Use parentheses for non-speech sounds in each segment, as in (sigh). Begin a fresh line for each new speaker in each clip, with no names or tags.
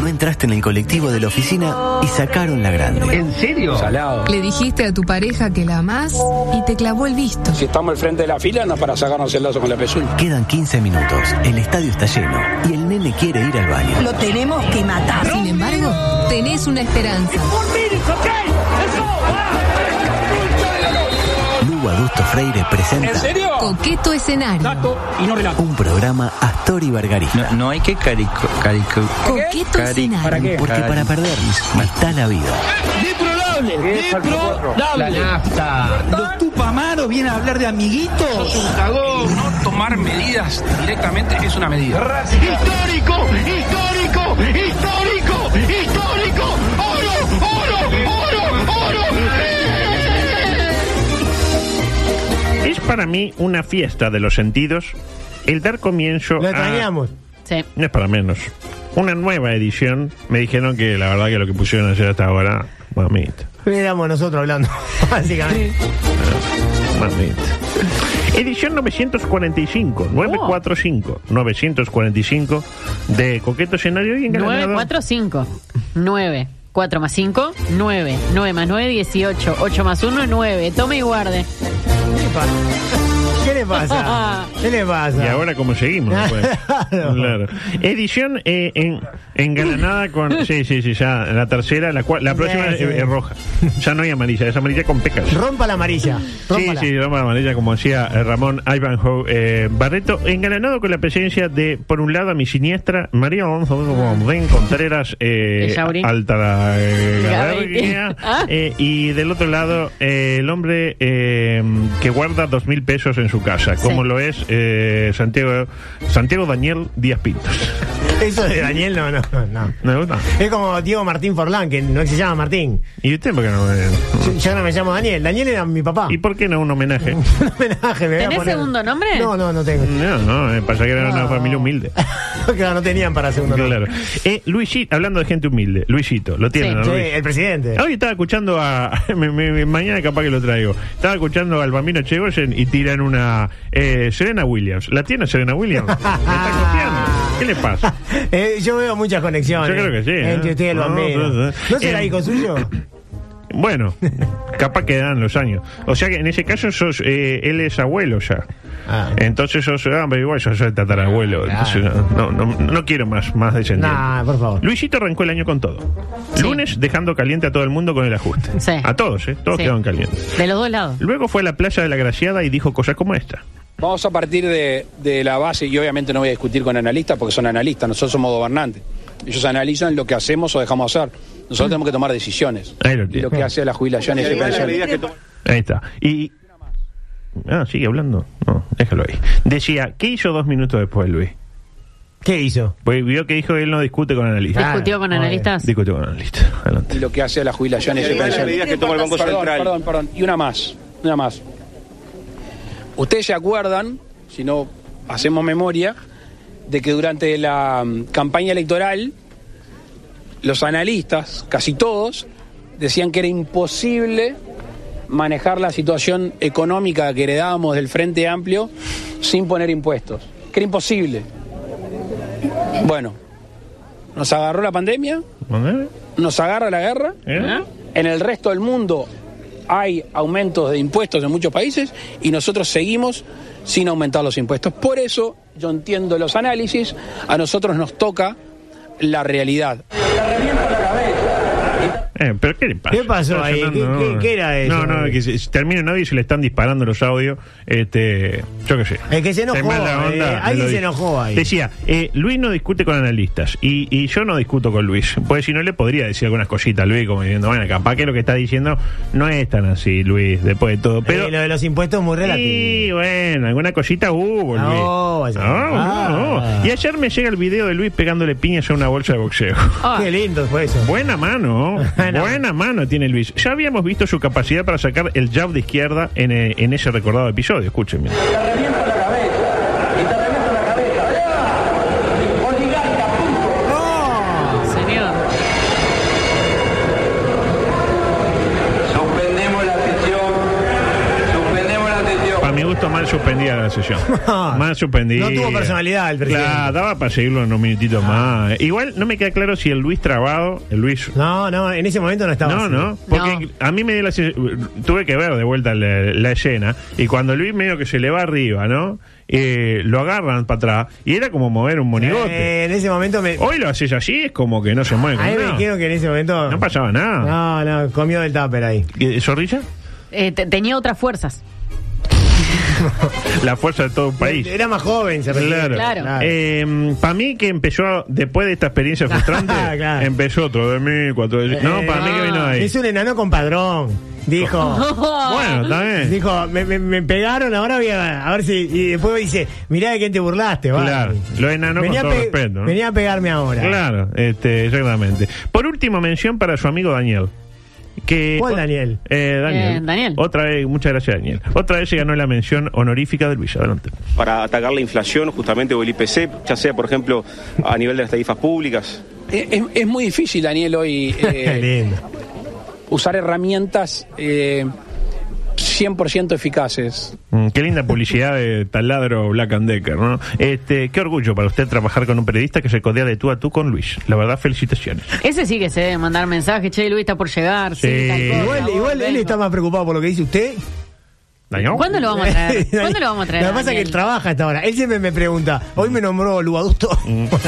No entraste en el colectivo de la oficina y sacaron la grande.
¿En serio?
Salado.
Le dijiste a tu pareja que la amás y te clavó el visto.
Si estamos al frente de la fila, no es para sacarnos el lazo con la pezuña.
Quedan 15 minutos, el estadio está lleno y el nene quiere ir al baño.
Lo tenemos que matar.
Sin embargo, tenés una esperanza.
Lugo Adusto Freire presenta
¿En serio?
Coqueto escenario.
Dato y no relato.
un programa Astor y Bargarista.
No hay que carico, carico.
Coqueto
Cari-
¿Para
escenario.
qué?
Porque para perder está la vida.
La nafta.
Los tupamaros vienen a hablar de amiguitos.
No tomar medidas directamente es una medida.
Histórico, histórico, histórico, histórico. Oro, oro, oro, oro.
Es para mí una fiesta de los sentidos el dar comienzo
Lo
a-
extrañamos.
Sí.
No es para menos. Una nueva edición. Me dijeron que la verdad que lo que pusieron a hacer hasta ahora... Mamita.
Éramos nosotros hablando, (laughs) básicamente.
Mamita. Edición 945, 945, 945 de Coqueto Escenario y en
9, 4, 5. 9. 4 más 5, 9. 9 más 9, 18. 8 más 1, 9. Tome y guarde.
¿Qué le pasa? ¿Qué le pasa? ¿Qué le pasa?
Y ahora cómo seguimos. después?
(laughs) Claro.
Claro. Edición eh, en, engalanada
(laughs)
con... Sí, sí, sí, ya la tercera, la, cua- la próxima
Sí, sí.
es, es roja. Ya no hay amarilla, es amarilla con pecas.
Rompa la amarilla.
Sí,
Rómpala.
sí, Roma Amarilla, como decía eh, Ramón Ivanhoe eh, Barreto, engalanado con la presencia de, por un lado, a mi siniestra, María Alonso Bondén Contreras eh,
El Yauri.
Alta eh, Gabargia,
Ah.
eh, y del otro lado, eh, el hombre eh, que guarda dos mil pesos en su casa, como lo es eh, Santiago, Santiago Daniel Díaz Pintos. (laughs)
Eso de Daniel, no, no, no, no.
¿No, no?
Es como Diego Martín Forlán, que no se llama Martín.
¿Y usted por qué no? eh?
Yo, yo no me llamo Daniel. Daniel era mi papá. (laughs)
¿Y por qué no un homenaje?
Un homenaje, me voy a
¿Tenés
poner.
segundo nombre?
No, no, no tengo.
No, no, eh, pasa que era una
No.
familia humilde.
(laughs) claro, no tenían para segundo nombre.
Mm. Claro. Eh, Luisito, hablando de gente humilde, Luisito, lo tienen,
Sí.
¿no,
Sí,
Luis?
el presidente.
Hoy estaba escuchando a. (laughs) me- me- me- mañana capaz que lo traigo. Estaba escuchando al Bambino Chegoyen y tiran una. eh, Serena Williams. ¿La tiene Serena
(laughs)
Williams? ¿Me está copiando? ¿Qué le pasa?
Ah. Eh, yo veo muchas conexiones.
Yo creo que sí, ¿eh?
Entre usted y el
No,
bambino.
no, no.
¿No será
Eh,
hijo suyo?
Bueno, capaz que dan los años. O sea que en ese caso sos, eh, él es abuelo ya.
Ah.
Entonces sos. Ah, pero igual yo soy tatarabuelo. Entonces no, no, no- no quiero más, más descendientes.
Nah, por favor.
Luisito arrancó el año con todo.
Sí.
Lunes dejando caliente a todo el mundo con el ajuste.
Sí.
A todos, ¿eh? Todos
Sí.
quedaron calientes.
De los dos lados.
Luego fue a la playa de la Graciada y dijo cosas como esta.
Vamos a partir de, de la base y obviamente no voy a discutir con analistas porque son analistas, nosotros somos gobernantes. Ellos analizan lo que hacemos o dejamos hacer. Nosotros tenemos que tomar decisiones.
Mm. Ahí lo
Y
tiene.
lo que hace a las jubilaciones y pensiones.
Ahí está. Y. Ah, sigue hablando. No, déjalo ahí. Decía, ¿qué hizo dos minutos después, Luis?
¿Qué hizo?
Pues vio que dijo él no discute con analistas.
Claro,
¿Discutió con
muy bien.
analistas?
Discute con analistas.
y
Adelante.
lo que hace a las jubilaciones y pensiones. Perdón, perdón, perdón. Y una más, una más. Ustedes se acuerdan, si no hacemos memoria, de que durante la mm, campaña electoral los analistas, casi todos, decían que era imposible manejar la situación económica que heredábamos del Frente Amplio sin poner impuestos. Que era imposible. Bueno, nos agarró la pandemia,
¿Eh?
nos agarra la guerra.
¿Eh?
En el resto del mundo hay aumentos de impuestos en muchos países y nosotros seguimos sin aumentar los impuestos. Por eso yo entiendo los análisis, a nosotros nos toca la realidad.
Eh, ¿Pero qué le pasa?
¿Qué pasó
Está
ahí?
llenando,
¿Qué- qué- qué era
No,
eso?
no, que se, se termina nadie y se le están disparando los audios. Este, yo qué sé.
El que se enojó,
Es mala
eh,
onda, me
alguien
lo
se
dice.
enojó ahí.
Decía, eh, Luis no discute con analistas y, y yo no discuto con Luis. Pues si no le podría decir algunas cositas a Luis, como diciendo, bueno, capaz que lo que está diciendo no es tan así, Luis, después de todo. Pero
Eh, lo de Ah, los impuestos es muy
Sí,
relativo.
bueno, alguna cosita hubo, Luis.
No, vaya.
no,
Ah.
no. Y ayer me llega el video de Luis pegándole piñas a una bolsa de boxeo.
Ah,
Qué lindo fue eso.
Buena mano,
(laughs) Buena
buena mano tiene Luis. Ya habíamos visto su capacidad para sacar el jab de izquierda en, eh, en ese recordado episodio, escúchenme. mi gusto, mal suspendida la
(laughs)
sesión.
No.
mal suspendida.
No tuvo personalidad el presidente. Ah.
Claro, daba para seguirlo en un minutito más. Igual no me queda claro si el Luis Trabado, el Luis
No, no, en ese momento no estaba.
No,
así.
no, porque a mí me dio la sen- tuve que ver de vuelta la, la escena y cuando Luis medio que se le va arriba, ¿no? Eh, lo agarran para atrás y era como mover un monigote.
Eh, en ese momento me.
Hoy lo haces así, es como que no se mueve.
A mí
con
me
nada.
dijeron que en ese momento.
No pasaba nada.
No, no, comió del tupper ahí.
Eh, ¿Zorrilla?
Eh, te- tenía otras fuerzas.
La fuerza de todo un país.
Era más joven, se refiere.
Claro. Eh,
Claro.
para mí que empezó, después de esta experiencia
(laughs)
frustrante,
Claro. Eh,
empezó otro de mí, cuatro de... No, para mí que vino ahí.
Es un enano con padrón. Dijo.
(laughs) Bueno, está bien.
dijo, me, me- me pegaron, ahora voy a, a ver si. Y después dice, mirá de quién te burlaste, va.
Claro, lo enano
venía
con
a
todo
pe-
respeto. ¿no?
Venía a pegarme ahora.
Claro, este, exactamente. Por último, mención para su amigo Daniel. Que,
¿Cuál Daniel?
Eh, Daniel.
Eh, Daniel.
Otra vez, muchas gracias, Daniel. Otra vez se ganó la mención honorífica de Luis. Adelante.
para atacar la inflación justamente o el IPC, ya sea por ejemplo a nivel de las tarifas públicas.
E-, Es, es- es muy difícil,
(laughs)
Daniel, hoy
Qué
eh,
lindo.
usar herramientas eh, 100% eficaces.
Mm, qué linda publicidad de Taladro Black and Decker, ¿no? Este, qué orgullo para usted trabajar con un periodista que se codea de tú a tú con Luis. La verdad, felicitaciones.
Ese sí que se debe mandar mensaje, che, Luis está por llegar. Sí,
Sí.
tal cosa,
Igual,
vos,
igual él
vengo.
está más preocupado por lo que dice usted.
¿Daniel?
¿Cuándo
(laughs)
lo vamos a traer? ¿Cuándo lo vamos a traer?
Lo que pasa es que
Daniel?
él trabaja hasta ahora. Él siempre me pregunta, hoy me nombró Lubadusto. (laughs)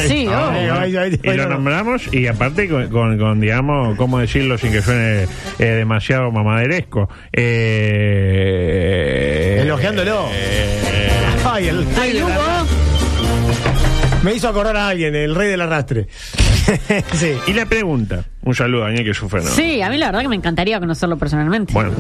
Sí,
Ah,
obvio.
bueno. Ay, ay,
Mm. Y
ay,
lo
no, no.
nombramos y aparte con, con- con, digamos, ¿cómo decirlo sin que suene eh, demasiado mamaderesco? Eh,
Elogiándolo. Ay, el rey
Ay,
del arra-
Hugo,
Me hizo acordar a alguien, el rey del arrastre. (laughs) sí. (laughs)
Y la pregunta, un saludo a Daniel que sufre, ¿no?
Sí, a mí la verdad que me encantaría conocerlo
(laughs)
personalmente.
Bueno,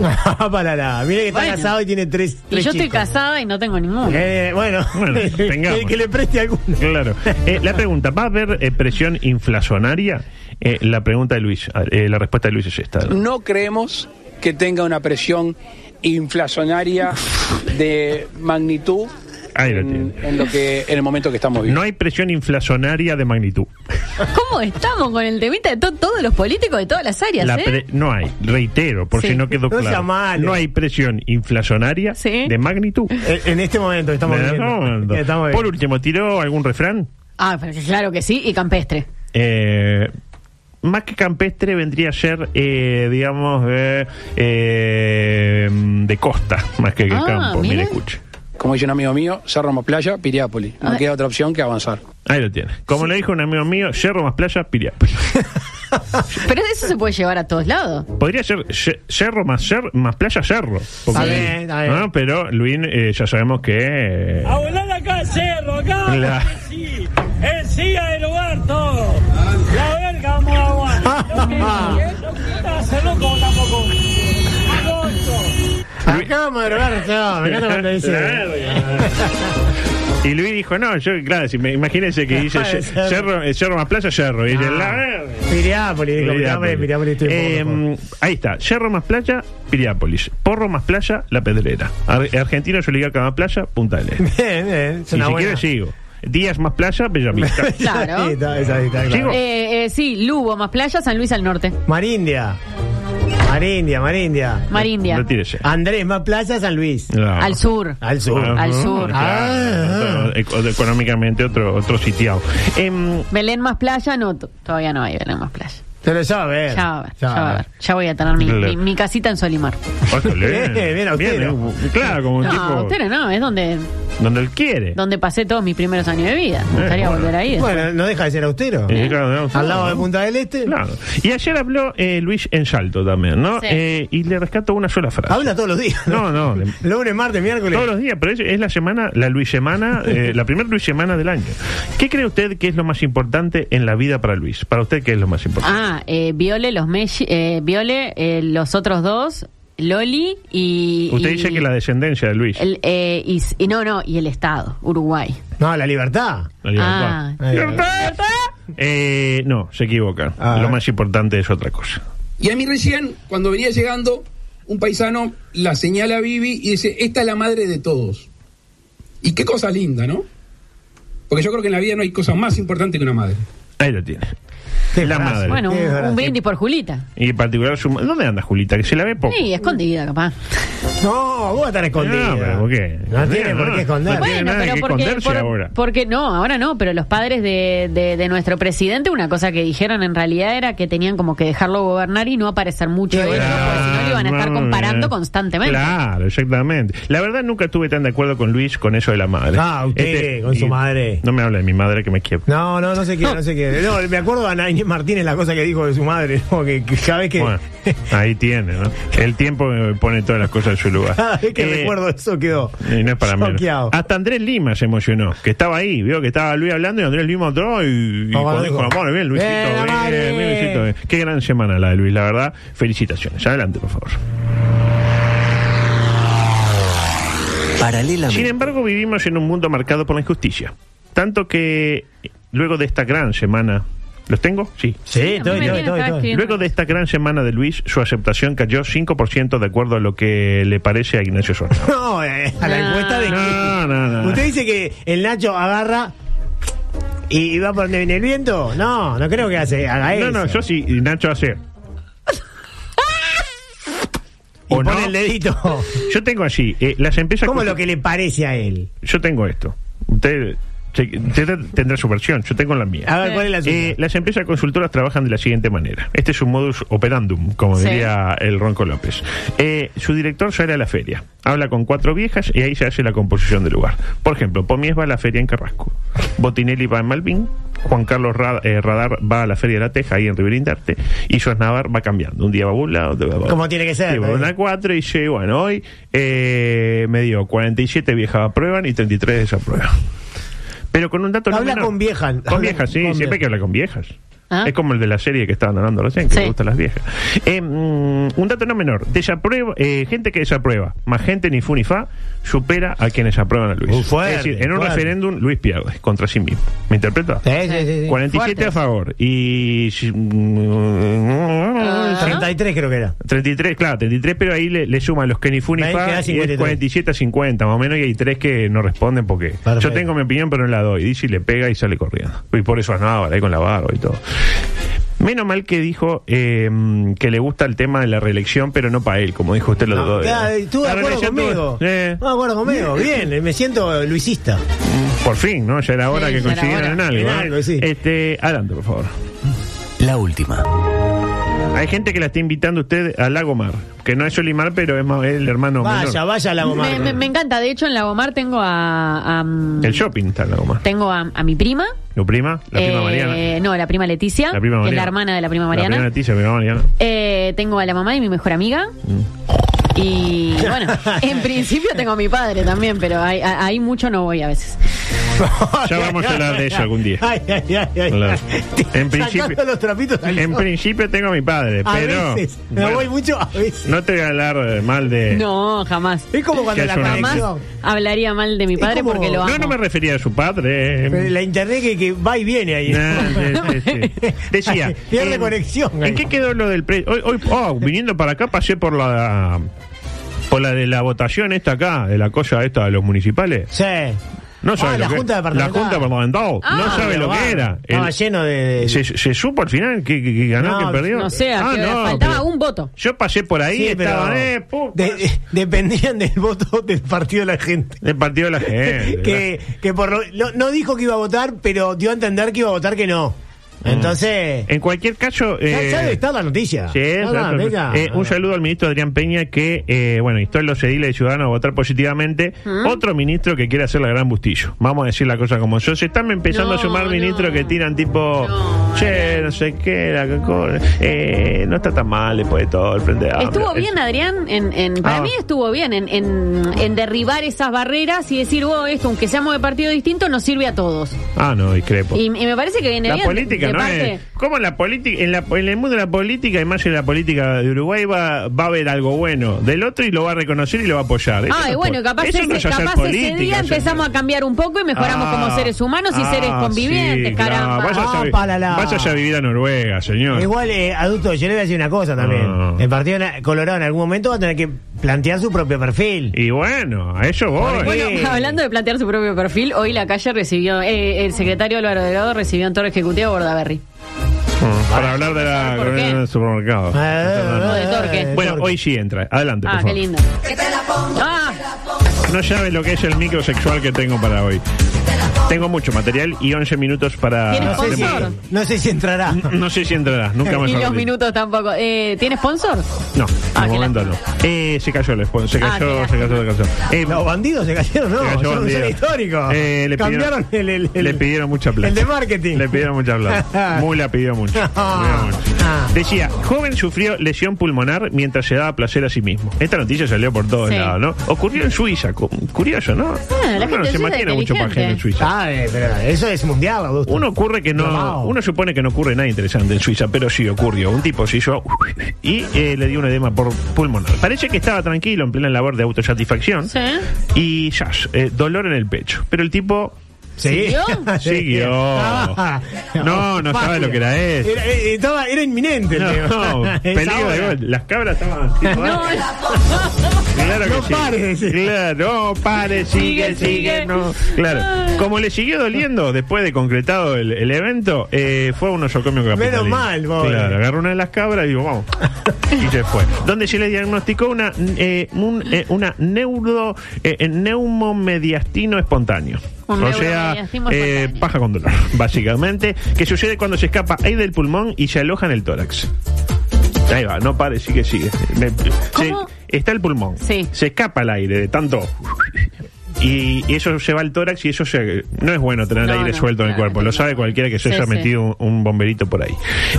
Para la. Mire que está
Bueno.
casado y tiene tres.
y
tres
yo estoy
chicos.
casada y no tengo ninguno.
Eh, bueno, (laughs)
(laughs) Bueno, tengamos.
que, que le preste alguno.
claro. Eh, la pregunta, ¿va a haber eh, presión inflacionaria? Eh, la pregunta de Luis, a ver, eh, la respuesta de Luis es esta.
No creemos que tenga una presión inflacionaria de magnitud
Ahí lo
en,
tiene.
en lo que, en el momento que estamos
No
viviendo.
hay presión inflacionaria de magnitud.
¿Cómo estamos con el temita de to- todos los políticos de todas las áreas?
La
eh?
pre- no hay, reitero, por
Sí.
si no quedó
No sea
claro.
malo.
No hay presión inflacionaria
Sí.
de
(laughs)
magnitud.
En, en este momento estamos
No,
viviendo.
no, no.
Estamos
Por
viviendo.
último, ¿tiró algún refrán?
Ah, pero claro que sí, y campestre.
Eh, más que campestre vendría a ser, eh, digamos, eh, eh, de costa, más que de
Ah,
campo. Mire,
mira.
escuche.
Como dice un amigo mío, Cerro más Playa, Piriápolis. No
Ay.
queda otra opción que avanzar.
Ahí lo tiene. Como le dijo un amigo mío, cerro más playa, Piriápolis.
Pero eso se puede llevar a
(laughs)
todos lados.
(laughs) Podría ser ce- cerro más cer- más playa, cerro. Porque-
Está bien, está bien.
¿no? Pero Luis, eh, ya sabemos que. eh,
A volar acá, cerro, acá.
La-
Sí, en silla de lugar todo. La verga, vamos a
(laughs)
aguantar. No quiero
Ah.
hacerlo como tampoco.
Acá vamos a drogar, no, me encanta cuando dice.
Y Luis dijo, no, yo, claro, si me- imagínense que dice
Puede ser.
cerro, eh, cerro más playa, cerro.
Ah.
Y dice, la verga.
Piriápolis, dijo, Piriápolis, Piriápolis, estoy
Eh,
un poco-
ahí está, Cerro más playa, Piriápolis. Porro más playa, La Pedrera. Ar- Argentina, Yuligarca más playa, Punta del Este.
Bien, bien, es
Y
una
si
buena. (laughs)
quiere sigo. Díaz más playa, Bella Vista.
Claro.
Sí, está, esa, está, claro.
Sigo.
Eh, eh, sí, Lugo, más playa, San Luis al norte.
Marindia. Marindia, Marindia.
Marindia.
Retírese.
Andrés, más Plaza, San Luis.
No.
Al sur.
Ah, Al sur.
Ajá,
Al sur.
claro.
Ah.
Otro- eco- económicamente otro otro sitiado. Em,
Belén más playa, no, t- todavía no hay Belén más playa.
Pero ya va a ver.
Ya va a ver, ya va a ver. Ya voy a tener mi,
Claro.
mi- mi casita en Solimar.
otro le-
Bien, bien austero.
eh, claro, como un
No,
tipo
pero no, es donde,
donde él quiere.
donde pasé todos mis primeros años de vida. Me gustaría
Eh, bueno.
volver ahí.
Bueno, no deja de ser austero.
Eh, claro, no,
Al lado
no.
de Punta del Este.
Claro. Y ayer habló eh, Luis en Salto también, ¿no?
Sí.
Eh, y le rescato una sola frase.
Habla todos los días.
No, no. le-
Lunes, martes, miércoles.
Todos los días, pero es, es la semana, la Luis semana, eh, la primera Luis semana del año. ¿Qué cree usted que es lo más importante en la vida para Luis? Para usted, ¿qué es lo más importante?
Ah, eh, Viole, los Messi, eh, Viole, eh, los otros dos, Loli y...
usted
y-
dice que la descendencia de Luis.
el, eh, y, s- y no, no, y el Estado, Uruguay.
No, la libertad.
La libertad.
Ah.
Ahí va.
Eh, no, se equivoca.
Ah.
Lo más importante es otra cosa.
Y a mí recién, cuando venía llegando, un paisano la señala a Vivi y dice, esta es la madre de todos. Y qué cosa linda, ¿no? Porque yo creo que en la vida no hay cosa más importante que una madre.
Ahí lo tiene.
Qué
la
frase.
madre.
Bueno, un,
Es verdad.
un brindis por Julita.
Y en particular su ma- ¿Dónde anda Julita? Que se la ve poco.
Sí, escondida, capaz.
No, vos estar escondido.
No, pero ¿por qué?
No tiene
No,
por qué
no.
esconder.
tiene
Bueno,
nada
pero
que
porque,
esconderse ahora.
porque no, ahora no, pero los padres de, de- de nuestro presidente, una cosa que dijeron en realidad era que tenían como que dejarlo gobernar y no aparecer mucho de eso, porque si no lo iban a estar
Claro,
comparando
eh.
constantemente.
Claro, exactamente. La verdad nunca estuve tan de acuerdo con Luis con eso de la madre. Este,
Ah, usted, con su
y-
madre.
No me hable de mi madre que me quiebra.
No, no, no sé qué, no
(laughs)
sé qué. No, me acuerdo a Ana Inés Martínez la cosa que dijo de su madre, ¿no? que, que cada vez que...
Bueno, ahí tiene, ¿no? El tiempo eh, pone todas las cosas en su lugar.
(laughs) (laughs) cada vez que
Eh,
recuerdo eso quedó...
Y no es para menos. Ah,
choqueado.
Hasta Andrés Lima se emocionó, que estaba ahí, vio que estaba Luis hablando y Andrés Lima entró y, y
Ah,
cuando
bueno,
dijo,
dijo,
"Amor, bien, Luisito,
bien,
bien,
amore".
bien, Luisito, bien". Qué gran semana la de Luis, la verdad. Felicitaciones. Adelante, por favor. Sin
Paralelamente.
embargo, vivimos en un mundo marcado por la injusticia. Tanto que eh, luego de esta gran semana... ¿Los tengo? Sí.
Sí,
a
todo,
mí me
todo,
viene,
todo,
estaba
todo.
escribiendo.
Luego de este esta gran semana de Luis, su aceptación cayó 5% de acuerdo a lo que le parece a Ignacio Sosa.
No, eh, a la
No.
encuesta de...
No, no, no.
Usted dice que el Nacho agarra y va por donde viene el viento. No, no creo que hace, haga eso.
No, no, yo sí, y Nacho hace.
Y
¿O
pone
no?
el dedito.
(laughs) Yo tengo así, eh, las empresas.
¿Cómo lo que le parece a él?
Yo tengo esto. Usted, che- usted tendrá su versión, yo tengo la mía.
A ver, ¿cuál es la suya?
Eh, las empresas consultoras trabajan de la siguiente manera. Este es un modus operandum, como
Sí.
diría el Ronco López. Eh, su director sale a la feria, habla con cuatro viejas y ahí se hace la composición del lugar. Por ejemplo, Pomies va a la feria en Carrasco, Botinelli va en Malvin, Juan Carlos Ra- eh, Radar va a la feria de la Teja, ahí en Rivera Indarte, y Suárez Navar va cambiando. Un día va a un lado, otro va a otro.
Como tiene que ser,
Sí, va
¿no?
una cuatro y dice, bueno, hoy eh, me dio 47 viejas aprueban y 33 desaprueban. Pero con un dato no
Habla
menor.
con viejas.
Con
Habla
viejas, sí,
con
siempre hay que
viejas.
habla con viejas.
Ah.
Es como el de la serie que estaban hablando recién, que
Sí.
le gustan las viejas. Eh, mm, un dato no menor. Desaprueba, eh, gente que desaprueba, más gente ni fu ni fa, supera a quienes aprueban a Luis.
Uh, fuerte,
es decir, en un
fuerte.
referéndum, Luis pierde contra sí mismo. ¿Me interpreta?
Sí, sí, sí, sí.
47 a
Fuerte.
favor y... mm,
Ah.
33 creo que era.
33, claro, 33, pero ahí le, le suman los que ni fu ni
Ahí
fa,
queda
y es
53.
47 a 50, más o menos, y hay tres que no responden porque
Perfecto.
yo tengo mi opinión, pero no la doy. Dice y le pega y sale corriendo. Y por eso es nada, ahí con la barba y todo. Menos mal que dijo eh, que le gusta el tema de la reelección, pero no para él, como dijo usted los
No,
dos.
claro, estuvo de
La
acuerdo
reelección
conmigo.
tuvo- eh,
No, de acuerdo conmigo. Bien, me siento luisista.
por fin, ¿no? Ya era hora
Sí,
que
ya era
consiguieran en
hora.
algo.
En
¿eh?
algo, sí.
este, adelante, por favor.
La última.
Hay gente que la está invitando usted a Lagomar, que no es Solimar, pero es más- es el hermano
Vaya,
menor.
vaya a la goma.
Me, me- me encanta, de hecho en la Gomar tengo a, a, mm,
El shopping está en Lagomar.
tengo a, a mi prima.
¿Tu prima? ¿La prima
eh,
Mariana?
No, la prima Leticia,
La prima
que es
Mariana.
la hermana de la prima Mariana.
La prima Leticia, mi mamá Mariana.
Eh, tengo a la mamá de mi mejor amiga.
Mm.
Y
(laughs)
bueno, en principio tengo a mi padre también, pero ahí, a- ahí mucho no voy a veces.
(laughs) Ya vamos a hablar de eso algún día.
Ay, ay, ay, ay. (laughs)
Claro.
Te-
En principio-
sacando los trapitos al
En
sol.
principio tengo a mi padre,
A
pero.
veces. Me
bueno,
voy mucho a veces.
No te voy a hablar eh, mal de.
No, jamás.
Es como cuando
Que
la
es una
Jamás
conexión.
hablaría mal de mi
Es
padre
como-
porque lo amo.
No, no me refería a su padre. eh.
Pero La internet que, que va y viene ahí. (laughs)
No, sí, sí, sí. Decía.
Pierde
em,
conexión. ahí.
¿En qué quedó lo del precio? Hoy, hoy- oh, viniendo para acá pasé por la. Por la de la votación esta acá, de la cosa esta de los municipales.
Sí.
No sabe lo
Ah, la
que-
Junta
La
Departamental.
Junta Departamental.
Ah,
no sabe lo que era.
Estaba
El-
lleno de. de-
¿Se, se supo al final que, que- que ganó,
No,
que perdió?
Eh, No sé, a
Ah,
qué hora,
no,
faltaba
pero- Ah,
un voto.
Yo pasé por ahí,
Sí,
estaba,
pero
eh, pu-
de- de- dependían del voto del partido de la gente.
del partido de la (laughs)
(laughs)
gente.
que, que por lo- no, no dijo que iba a votar, pero dio a entender que iba a votar que no.
Mm.
Entonces,
En cualquier caso...
ya,
eh,
ya debe estar la noticia.
sí,
Ah,
exacto.
venga.
Eh, un saludo al ministro Adrián Peña que, eh, bueno, instó a los ediles de Ciudadanos a votar positivamente.
¿Mm?
Otro ministro que quiere hacer la gran bustillo. Vamos a decir la cosa como son. Se están empezando
No,
a sumar
no.
ministros que tiran tipo,
No,
che, no sé qué, la Coca-Cola, eh, no está tan mal después de todo el frente de Amplio".
Estuvo bien, Adrián, en, en- para
Ah.
mí estuvo bien en, en- en derribar esas barreras y decir, oh, esto, aunque seamos de partido distinto, nos sirve a todos.
Ah, no, discrepo.
Y, y me parece que viene
La
bien.
política
de
no
parte-
es. ¿Cómo la política? En, la- en el mundo de la política, y más en la política de Uruguay, va, va a haber algo bueno del otro y lo va a reconocer y lo va a apoyar. Eso
Ay,
no
bueno,
es po-
capaz,
eso
ese,
no es hacer
capaz ese
política,
día
señor.
empezamos a cambiar un poco y mejoramos
Ah,
como seres humanos y
ah,
seres convivientes,
sí, claro.
caramba.
Vayas a, vi-
Opa, la, la.
vayas a vivir a Noruega, señor.
Igual, eh, adulto, yo le voy a decir una cosa también.
Ah.
El partido na- Colorado en algún momento va a tener que plantear su propio perfil.
Y bueno, a eso voy.
Bueno,
Bueno, hablando de plantear su propio perfil, hoy la calle recibió, eh, el secretario Álvaro Delgado recibió en Torre Ejecutiva Bordaberry.
Para hablar de la
¿Por qué?
en el supermercado.
Ah, Eh,
O de Torque.
Bueno, hoy sí entra. Adelante,
Ah,
por
qué
favor.
lindo. Ah,
No sabes lo que es el microsexual que tengo para hoy. Tengo mucho material y 11 minutos para...
¿Tienes
No sé, si,
Sponsor.
no sé si entrará.
No sé si entrarás, nunca más
y
lo
los
vi.
minutos tampoco. Eh, ¿Tiene sponsor?
No,
Ah,
de
qué
momento no.
lástima.
Eh, se cayó el sponsor, se
Ah,
cayó,
qué
se cayó, se cayó. Eh,
(laughs) Los bandidos se cayeron, no.
se cayó
son- son,
bandido.
históricos.
Eh, le
Cambiaron
pidieron,
el, el- el-
le pidieron mucha plata.
el de marketing. Ah.
Le pidieron mucha
(laughs)
plata. Muy la pidió mucho. Le pidió mucho. Decía, joven sufrió lesión pulmonar mientras se daba placer a sí mismo. Esta noticia salió por todos
Sí. Ah,
lados, ¿no? Ocurrió en Suiza, cu- curioso, ¿no?
la gente
Uno no
en Suiza
se
es
imagina mucho
inteligente.
pajero en Suiza.
Ah, eh, pero eso es mundial, Augusto.
Uno ocurre que no,
Wow.
uno supone que no ocurre nada interesante en Suiza, pero sí ocurrió. Un tipo se hizo (laughs) y eh, le dio un edema por pulmonar. Parece que estaba tranquilo en plena labor de autosatisfacción
Sí.
y zas, eh, dolor en el pecho. Pero el tipo
Sí.
¿Siguió?
(laughs)
(laughs)
Siguió.
Ah,
No, no
fácil.
sabe lo que era eso.
Era, eh, estaba- era (laughs) inminente. el
no,
tema.
no,
Esa
(laughs) peligro de
hora.
gol. Las cabras estaban.
No,
(laughs) Claro que
No
sí.
pare, decía.
Claro, pare, sigue,
Sigue, sigue.
sigue. No. Claro.
Ay.
Como le siguió doliendo después de concretado el, el evento, eh, fue a un nosocomio capitalino.
Menos mal, pobre.
Claro, agarró una de las cabras y digo, vamos. Y se fue. Donde se le diagnosticó una, eh, un, eh, una neuro, eh, neumomediastino espontáneo.
Un
o sea,
neuromediastino
eh,
espontáneo.
paja con dolor, (laughs) básicamente, que sucede cuando se escapa aire del pulmón y se aloja en el tórax. Ahí va, no pare, sigue, sigue. Me- se-
¿Cómo?
está el pulmón.
Sí.
Se escapa el aire de tanto. Y, y eso se va al tórax y eso se- no es bueno tener
No,
aire
no,
suelto en el
claro,
cuerpo. Lo
no.
sabe cualquiera que se
Sí,
haya
sí.
metido un, un bomberito por ahí.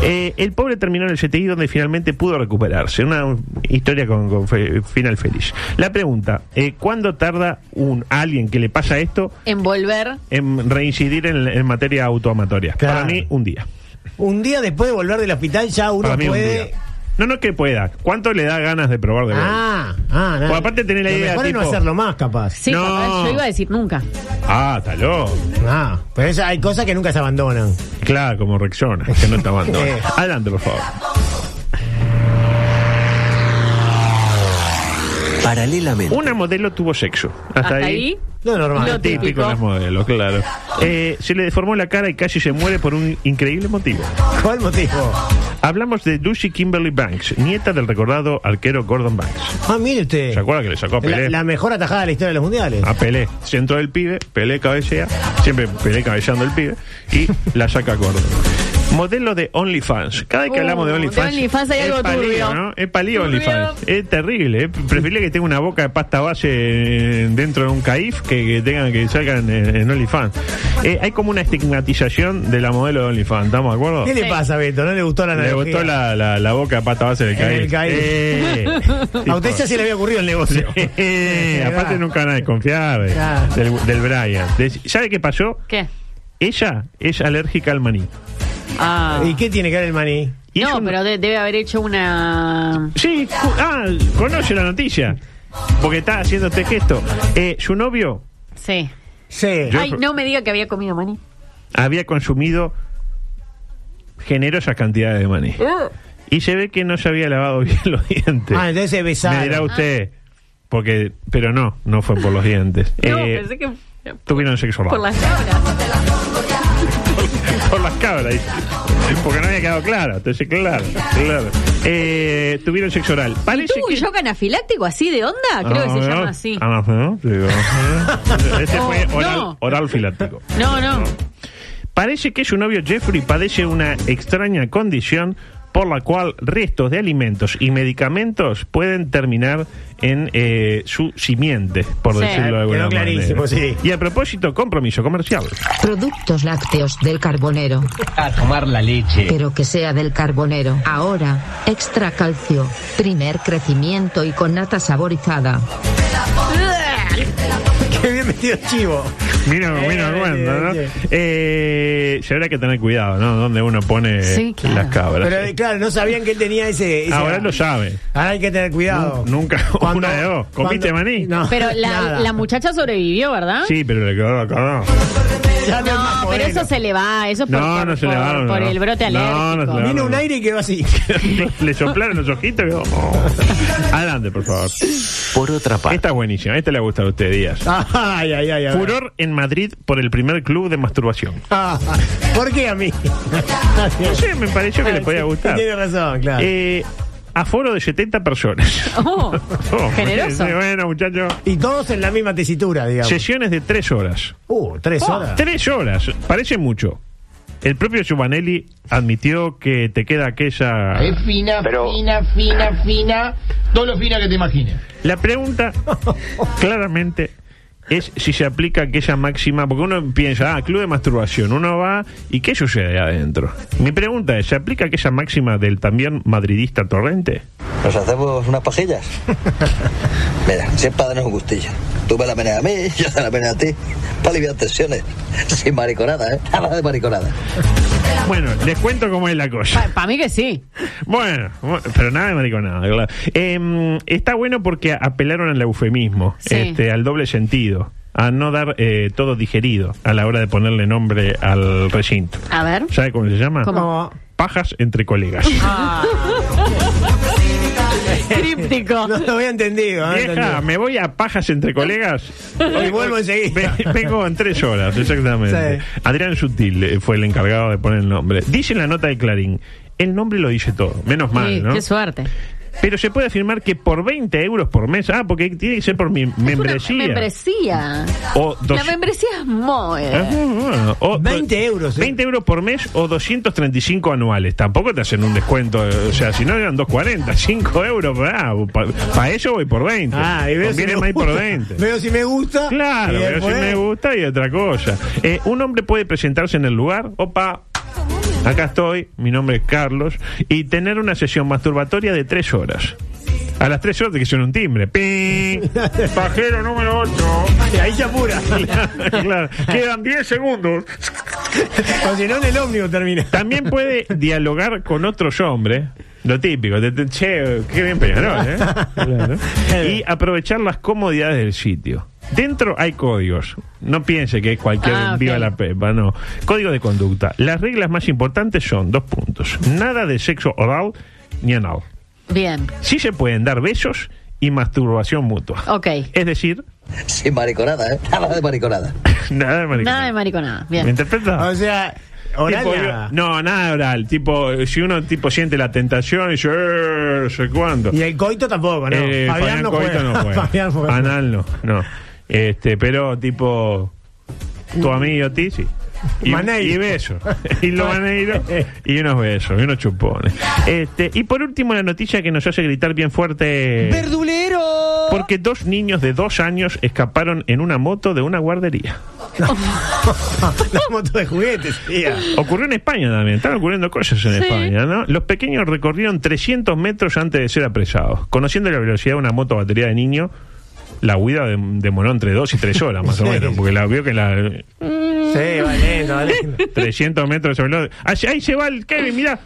Eh, el pobre terminó en el CTI donde finalmente pudo recuperarse. Una historia con, con fe- final feliz. La pregunta, eh, ¿cuándo tarda un alguien que le pasa esto
envolver.
en em, reincidir en, en materia autoamatoria?
Claro.
Para mí, un día.
Un día después de volver del hospital ya uno
Para mí, un
puede.
día. No, no que pueda. ¿Cuánto le da ganas de probar de vuelta?
Ah, ah, nada.
Pues aparte tenés la
Lo
idea,
Mejor es no
tipo-
hacerlo más, capaz.
Sí,
No.
capaz, yo iba a decir nunca.
Ah, está loco.
Ah, pero esa- hay cosas que nunca se abandonan.
Claro, como Rexona, que no está
(laughs)
abandonado.
Eh.
Adelante, por favor.
Paralelamente.
Una modelo tuvo sexo. Hasta, Ah,
Hasta ahí.
Lo normal.
Lo
Típico,
típico.
las modelos, claro. Eh, se le deformó la cara y casi se muere por un increíble motivo.
¿Cuál motivo?
Hablamos de Lucy Kimberly Banks, nieta del recordado arquero Gordon Banks.
Ah, mire usted.
¿Se acuerda que le sacó a
La,
Pelé? Ah,
la mejor atajada de la historia de los mundiales.
A Pelé. Centro del pibe, Pelé cabecea, siempre Pelé cabeceando el pibe, y la saca Gordon. Modelo de OnlyFans. Cada vez que
Uh,
hablamos de
de
OnlyFans.
OnlyFans hay
es
algo
palío,
turbio.
¿no? Es palío
Turbio.
OnlyFans. Es terrible. eh. Preferible que tenga una boca de pasta base eh, dentro de un caif que, que tengan que salgan en, en OnlyFans. Eh, hay como una estigmatización de la modelo de OnlyFans. ¿Estamos de acuerdo?
¿Qué le pasa a Beto? ¿No le gustó la
Le
analogía?
gustó la, la, la boca de pasta base del
En
caif.
el caif. (laughs)
Eh,
A usted ya se le había ocurrido el
(laughs)
negocio. (laughs)
Eh, aparte nunca van a desconfiar de-
Claro.
del, del Brian. De- ¿Sabe qué pasó?
¿Qué?
Ella es alérgica al maní.
Ah.
¿Y qué tiene que ver el maní?
Y es
No,
un-
pero de- debe haber hecho una.
Sí, cu- ah, conoce la noticia. Porque está haciendo este gesto. Eh, su novio
Sí.
Sí.
Yo-
Ay, no me diga que había comido maní.
había consumido generosas cantidades de maní.
Uh.
Y se ve que no se había lavado (laughs) bien los dientes.
Ah, entonces se
Este, Me dirá
(laughs) besaron.
usted. Porque, pero no, no fue por los dientes.
No,
Eh,
pensé que
Tuvieron sexo
por
oral.
las cabras.
por las cabras. dice. Porque no había quedado claro. Entonces, claro, claro. Eh, tuvieron sexo oral. Parece
¿Tuvo
que...
un shock anafiláctico así de onda? Creo que se llama así.
Ah, no, sí, no. Ese
Oh,
fue oral,
no.
oral filáctico.
No, no.
Parece que su novio Jeffrey padece una extraña condición por la cual restos de alimentos y medicamentos pueden terminar en eh, su simiente, por
Sí.
decirlo de alguna
Quedó clarísimo,
manera.
sí.
Y a propósito, compromiso comercial.
Productos lácteos del carbonero.
A tomar la leche.
Pero que sea del carbonero. Ahora, extra calcio, primer crecimiento y con nata saborizada.
Qué bien metido el chivo.
Mira,
Eh,
mira,
eh,
cuenta, ¿no?
eh.
Eh, se habrá que tener cuidado, ¿no? Donde uno pone
Sí, claro.
las cabras. Ah,
Pero eh, claro, no sabían que él tenía ese. ese-
Ahora lo sabe.
Ahora hay que tener cuidado.
Nunca. (laughs)
Cuando-
Una de dos. ¿Comiste
cuando-
maní?
No,
(laughs) (laughs) Pero la,
nada.
la muchacha sobrevivió, ¿verdad?
Sí, pero le quedó la cara.
Ya no es más
No, pero
modelo.
eso se le va. Eso es por,
No,
por-
no se le va,
por-
no,
por
no.
el brote
No,
alérgico.
no se le va.
Vino un aire y quedó así.
(laughs)
(laughs)
le soplaron los ojitos y quedó. Adelante, por favor.
Por otra parte.
Ah,
Esta es buenísima. Esta le gusta a usted, Díaz.
Ay, ay, ay. ay.
Furor en en Madrid por el primer club de masturbación.
Ah, ¿Por qué
(laughs)
a mí?
No sé, me pareció que le podía gustar.
Ah, Tiene razón, claro.
Eh, aforo de 70 personas.
(laughs) Oh,
(laughs) Oh,
generoso.
Bueno, muchachos.
Y todos en la misma tesitura, digamos.
Sesiones de tres horas.
Uh, tres horas.
Oh, Tres horas, parece mucho. El propio Giovanelli admitió que te queda aquella...
Es fina, fina, fina, fina. Todo lo fina que te imagines.
La pregunta, claramente, es si se aplica aquella máxima, porque uno piensa, ah, club de masturbación, uno va, ¿y qué sucede adentro? Mi pregunta es, ¿se aplica aquella máxima del también madridista Torrente?
Nos hacemos unas
(laughs)
pajillas. Mira, siempre darnos un gustillo. Tú me la meneas a mí, yo te la meneo a ti. Para aliviar tensiones. Sin mariconada, ¿eh? Nada de mariconada.
Bueno, les cuento cómo es la cosa.
Para mí que sí.
Bueno, bueno, pero nada de mariconada, claro. Em, está bueno porque apelaron al eufemismo,
Sí.
este, al doble sentido, a no dar eh, todo digerido a la hora de ponerle nombre al recinto.
A ver.
¿Sabe cómo se llama?
¿Cómo? Ah.
Pajas entre colegas.
(laughs) Críptico.
No lo había entendido. no lo había
Vieja,
entendido.
me voy a pajas entre colegas.
Y vuelvo enseguida.
Ve- Vengo en tres horas, exactamente. Adrián Sutil eh, fue el encargado de poner el nombre. Dice en la nota de Clarín, el nombre lo dice todo, menos
Sí,
mal, ¿no?
Qué suerte.
Pero se puede afirmar que por 20 euros por mes, ah, porque tiene que ser por mi membresía.
Una membresía.
o dos-
La membresía es MOE.
Ah, ah, ah. O do-
20 euros. eh.
20 euros por mes o 235 anuales. Tampoco te hacen un descuento. eh, O sea, si no eran (laughs) 240, 5 euros. Para eso voy por 20.
(laughs) Ah, y veo si
Conviene
me
más ir por
gusta.
20.
Veo si me gusta.
Claro,
y
pero
después-
si me gusta y otra cosa. Eh, un hombre puede presentarse en el lugar, opa, acá estoy, mi nombre es Carlos, y tener una sesión masturbatoria de tres horas. A las tres horas de que suena un timbre.
(laughs)
¡Ping! Pajero número 8.
Y ahí se apura.
(laughs) claro, quedan 10 segundos.
O si no, en el ómnibus termina.
También puede dialogar con otros hombres. Lo típico, de, de- che, qué bien Peñarol, ¿eh? Claro. Y aprovechar las comodidades del sitio. Dentro hay códigos. No piense que es cualquier
Ah, ok.
viva la pepa, no. Código de conducta. Las reglas más importantes son dos puntos. Nada de sexo oral ni anal.
Bien.
Sí se pueden dar besos y masturbación mutua.
Ok.
Es decir, (laughs)
Sin mariconada, ¿eh? Nada de mariconada.
nada de mariconada.
Nada de mariconada.
¿Me
Bien.
interpreta?
O sea, oral
Tipo,
nada.
yo- no, nada oral. Tipo, eh, si uno tipo siente la tentación y dice, "Eh, ¿sé cuándo?
Y el coito tampoco, ¿no?
Eh, Fabián Coito no Ah, juega.
(laughs) Fabián juega.
Anal no, no. Este, pero tipo, tu amigo Tizi. Y,
Maneiro.
y besos. (laughs) Y
(laughs)
lo maneiro. Y unos besos, y unos chupones. Este, y por último, la noticia que nos hace gritar bien fuerte.
¡Verdulero!
Porque dos niños de dos años escaparon en una moto de una guardería.
La moto de juguetes, tía.
Ocurrió en España también, están ocurriendo cosas en
Sí.
España, ¿no? Los pequeños recorrieron 300 metros antes de ser apresados. Conociendo la velocidad de una moto batería de niño, la huida de- demoró entre 2 y 3 horas más o
Sí.
menos, porque la vio que la...
Sí, va lento, va lento.
300 metros sobre la... Ahí, ahí se va el Kevin, mirá.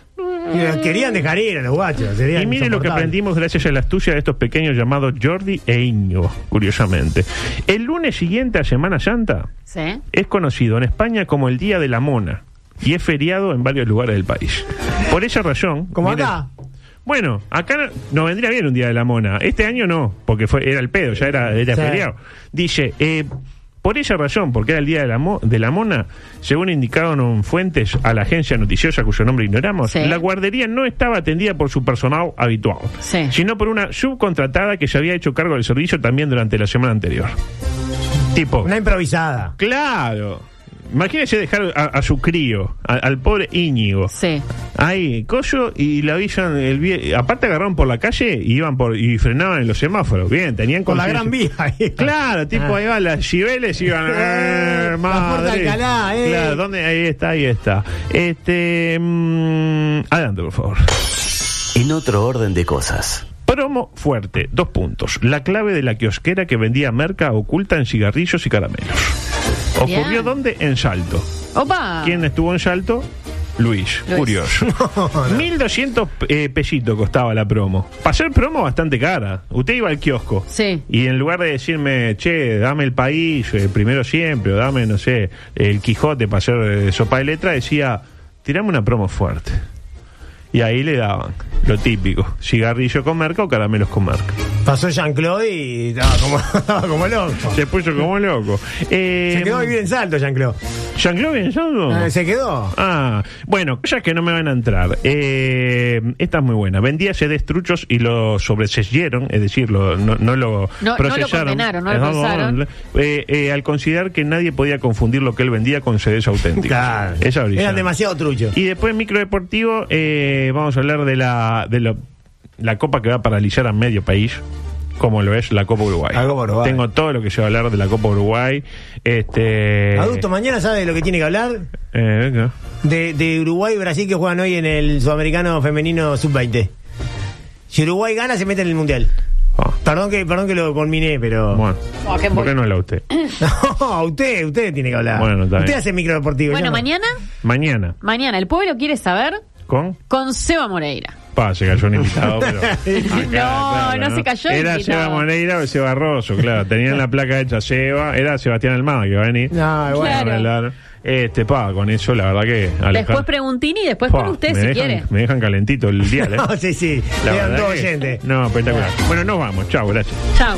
Y los Querían dejar ir a los guachos. serían
Y mire lo que
insoportables.
aprendimos gracias a la astucia de estos pequeños llamados Jordi e Íñigo, curiosamente. El lunes siguiente a Semana Santa
Sí.
es conocido en España como el Día de la Mona y es feriado en varios lugares del país. Por esa razón...
Como
miren-
acá.
Bueno, acá no- nos vendría bien un Día de la Mona. Este año no, porque fue, era el pedo, ya era, era
Sí.
feriado. Dice, eh, por esa razón, porque era el Día de la, Mo- de la Mona, según indicaron fuentes a la agencia noticiosa cuyo nombre ignoramos,
Sí.
la guardería no estaba atendida por su personal habitual,
Sí.
sino por una subcontratada que se había hecho cargo del servicio también durante la semana anterior. Tipo...
Una improvisada.
Claro. Imagínese dejar a, a su crío, a- al pobre Íñigo.
Sí.
Ahí, coyo, y la avisan. El, vie- aparte, agarraron por la calle y iban por, y frenaban en los semáforos. Bien, tenían
Con la gran
conciencia.
vía. ahí.
(laughs) Claro, tipo
Ah.
ahí van las Cibeles iban
(laughs) Eh,
eh,
la Puerta
madre.
Alcalá, eh.
Claro, ¿dónde? Ahí está, ahí está. Este. mm, adelante, por favor.
En otro orden de cosas.
Promo fuerte, dos puntos. La clave de la kiosquera que vendía merca oculta en cigarrillos y caramelos.
Bien.
¿Ocurrió dónde? En Salto.
Opa.
¿Quién estuvo en Salto? Luis,
Luis. (laughs)
curioso. 1200 eh, pesitos costaba la promo. Para ser promo bastante cara. Usted iba al kiosco.
Sí.
Y en lugar de decirme, che, dame el país, eh, primero siempre, o dame, no sé, el Quijote para hacer eh, sopa de letra, decía, tirame una promo fuerte. Y ahí le daban lo típico, cigarrillo con marca o caramelos con marca.
Pasó Jean-Claude y estaba como, (laughs) estaba como loco.
Se puso como loco. Eh,
se quedó bien en salto, Jean-Claude.
¿Jean-Claude bien salto?
Eh, se quedó.
Ah, bueno, ya que no me van a entrar. Eh, esta es muy buena. Vendía CDs truchos y lo sobreseyeron, es decir, lo, no, no, lo
no,
procesaron. eh,
No lo no lo procesaron.
al considerar que nadie podía confundir lo que él vendía con CDs auténticos.
Claro.
Esa brisa.
Eran demasiado truchos.
Y después, microdeportivo, eh, vamos a hablar de la de la, la copa que va a paralizar a medio país como lo es la Copa Uruguay.
La Copa Uruguay.
Tengo todo lo que se va a hablar de la Copa Uruguay. Este...
Adulto, mañana sabe de lo que tiene que hablar.
Eh, no.
de, de, Uruguay y Brasil que juegan hoy en el Sudamericano Femenino Sub-20. Si Uruguay gana, se mete en el Mundial. Oh.
Ah.
Perdón, que, perdón que lo conminé, pero...
Bueno, oh, qué ¿por qué no habla
(clears throat)
usted?
(laughs) no, usted, usted tiene que hablar.
Bueno, está
usted
bien.
hace microdeportivo.
Bueno,
yo no.
mañana...
Mañana.
Mañana, el pueblo quiere saber...
¿Con?
Con Seba Moreira.
Pa, se cayó un
(laughs)
invitado, pero. Acá,
no, claro, no, no, se cayó el
Era
invitado.
Seba Moreira o Seba Rosso, claro. Tenían la placa hecha Seba. Era Sebastián Almada que va a venir.
No,
bueno. Claro.
Claro. Este, pa, con eso, la verdad que.
Alejandro. Después preguntini y después
Pa,
con usted
me
si
dejan,
quiere.
Me dejan calentito el día,
(laughs)
¿eh?
No, sí, sí.
La
Quedan
verdad
dos
que-
oyentes.
No, espectacular. Bueno, nos vamos. Chao, gracias.
Chao.